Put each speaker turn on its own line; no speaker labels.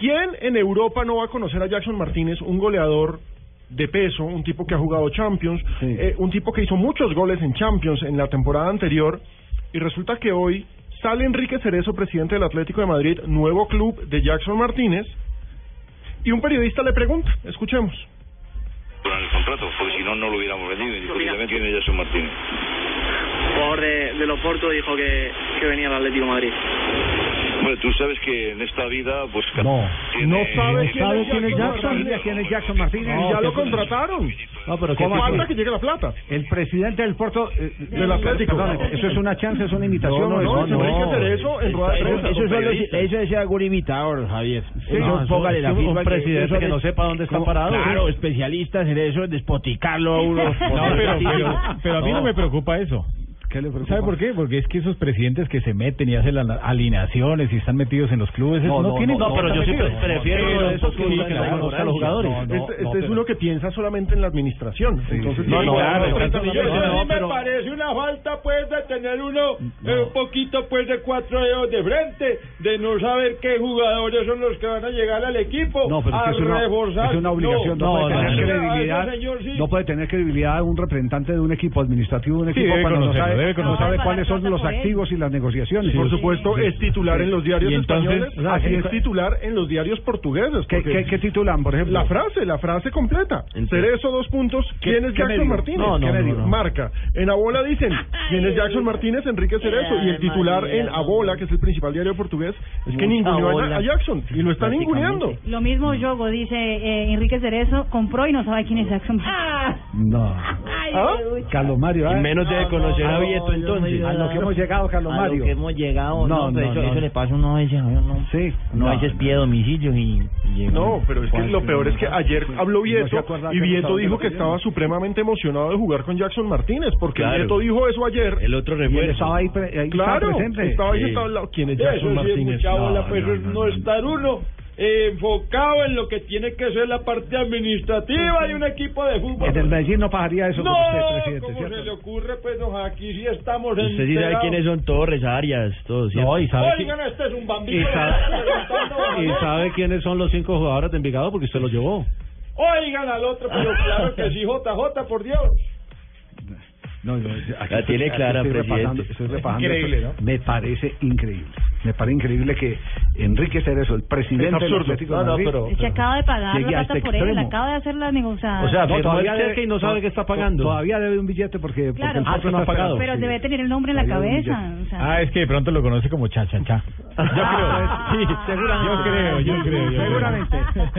¿Quién en Europa no va a conocer a Jackson Martínez, un goleador de peso, un tipo que ha jugado Champions,
Sí.
eh, un tipo que hizo muchos goles en Champions en la temporada anterior? Y resulta que hoy sale Enrique Cerezo, presidente del Atlético de Madrid, nuevo club de Jackson Martínez, y un periodista le pregunta, escuchemos.
durar el contrato, porque si no, no lo hubiéramos vendido. Indiscutiblemente viene Jason Martínez.
jugador de, de Loporto dijo que, que venía al Atlético de Madrid.
Bueno, tú sabes que en esta vida, pues. ca-
No.
Eh, No sabe
tiene-
quién,
sabe
es,
quién es Jackson.
Martínez,
¿Quién es Jackson
y
Martínez?
ya
No,
lo
qué-
contrataron.
No, pero ¿qué
Falta
pasó?
que llegue la plata.
El presidente del Porto. eh,
Del Atlético.
perdón, ¿Eso es una chance, es una imitación?
No, no,
o
no,
es-
no, Enrique Cerezo en rueda de prensa.
Eso, es solo- eso es algún imitador, Javier. eso,
no, eso-
póngale la
es un
firma que-
presidente
eso
que
es-
no sepa dónde está
como-
parado.
Claro, especialistas en eso, en despoticarlo a uno.
No, pero, pero, pero a mí no me preocupa eso.
¿Qué le preocupa?
¿Sabe por qué? Porque es que esos presidentes que se meten y hacen las alineaciones y están metidos en los clubes,
No,
no,
no,
tienen
no,
por qué
pero
estar
yo sí
metidos.
prefiero
Pero
los
esos que
clubes
dicen
que
que
la
conozcan a los
ignorancia.
jugadores.
No,
este
no,
este es
pero-
uno que piensa solamente en la administración. Entonces,
sí. No,
tiene
no,
que ganar
claro,
30
claro,
millones.
no, no, pero-
parece una falta, pues, de tener uno eh, un poquito, pues, de cuatro dedos de frente, de no saber qué jugadores son los que van a llegar al equipo,
No, pero es que es una, es una obligación. No, puede
no,
tener
no.
credibilidad.
Ay, no, señor, sí.
no puede tener credibilidad un representante de un equipo administrativo, un
Sí,
equipo
debe
cuando no
conocerlo,
sabe,
debe
no sabe
conocerlo.
cuáles son los activos y las negociaciones.
Por supuesto,
Sí.
es titular en los diarios
Y entonces,
españoles,
o sea,
así
sí,
es
co-
titular en los diarios portugueses.
¿Qué,
porque
qué, qué titulan, por ejemplo?
La frase, la frase completa. Cerezo, dos puntos.
¿Qué-
¿Quién es
qué
Jackson
medio?
Martínez?
No, no,
¿Qué
no,
medio?
no.
Marca. En Abola dicen, ¿quién es Jackson Martínez? Enrique Cerezo. Y el titular en Abola, que es el principal diario portugués, es que
Mucha
ninguneó a-
bola.
a Jackson. Y lo están ninguneando.
Lo mismo Yogo, dice eh, Enrique Cerezo, compró y no sabe quién es Jackson.
No.
¿Ah?
Carlos Mario, ¿eh?
menos debe conocer a Vieto entonces.
A lo que hemos llegado, Carlos
A
Mario.
lo que hemos llegado,
No,
no, pero
no,
eso,
no.
eso le pasa a uno a veces, Javier, no.
Sí.
Uno a
No,
veces pide domicilio y... y llega-
No, pero es que lo peor es que ayer habló
No se
Vieto
acuerda
y
que
Vieto
estaba
dijo que
perdiendo.
estaba supremamente emocionado de jugar con Jackson Martínez, porque
Claro.
Vieto dijo eso ayer.
El otro
Y él
refuerzo.
estaba ahí, pre- ahí estaba
Claro,
presente.
estaba ahí
Sí.
sentado al lado. ¿Quién es Jackson Martínez?
estar uno
eh,
enfocado en lo que tiene que ser la parte administrativa de un equipo de fútbol.
En el Medellín no pasaría eso con usted, presidente, ¿cierto?
ocurre? Pues aquí sí estamos
Y Usted sí sabe quiénes son Torres, Arias, todos, ¿cierto?
No, y sabe, qui-
este es un
y, sabe, y sabe quiénes son los cinco jugadores de Envigado porque usted los llevó.
Oigan al otro, pero claro que sí, JJ, por Dios.
No, no, aquí
La tiene clara,
estoy repasando,
presidente.
estoy repasando
Increíble,
esto. Me parece increíble. Me parece increíble que Enrique Cerezo, el
Es
presidente del
absurdo.
Atlético
No,
de
no,
Madrid,
pero-
Es que acaba de pagar
Llegué a
la plata
este
por él,
extremo.
acaba de hacer la negociada.
O sea,
No,
firmó
todavía
el
debe-
cheque y no sabe qué está pagando.
todavía debe un billete porque, porque
Claro.
el
Ah,
Porto
que no ha
está
pagado.
esperando.
pero
Sí.
debe tener el nombre en la
Todavía debe un
cabeza. O sea,
Ah, es que de pronto lo conoce como cha cha cha. Yo creo, sí,
seguramente.
yo creo, yo creo. yo creo.
Ah, pues, Seguramente.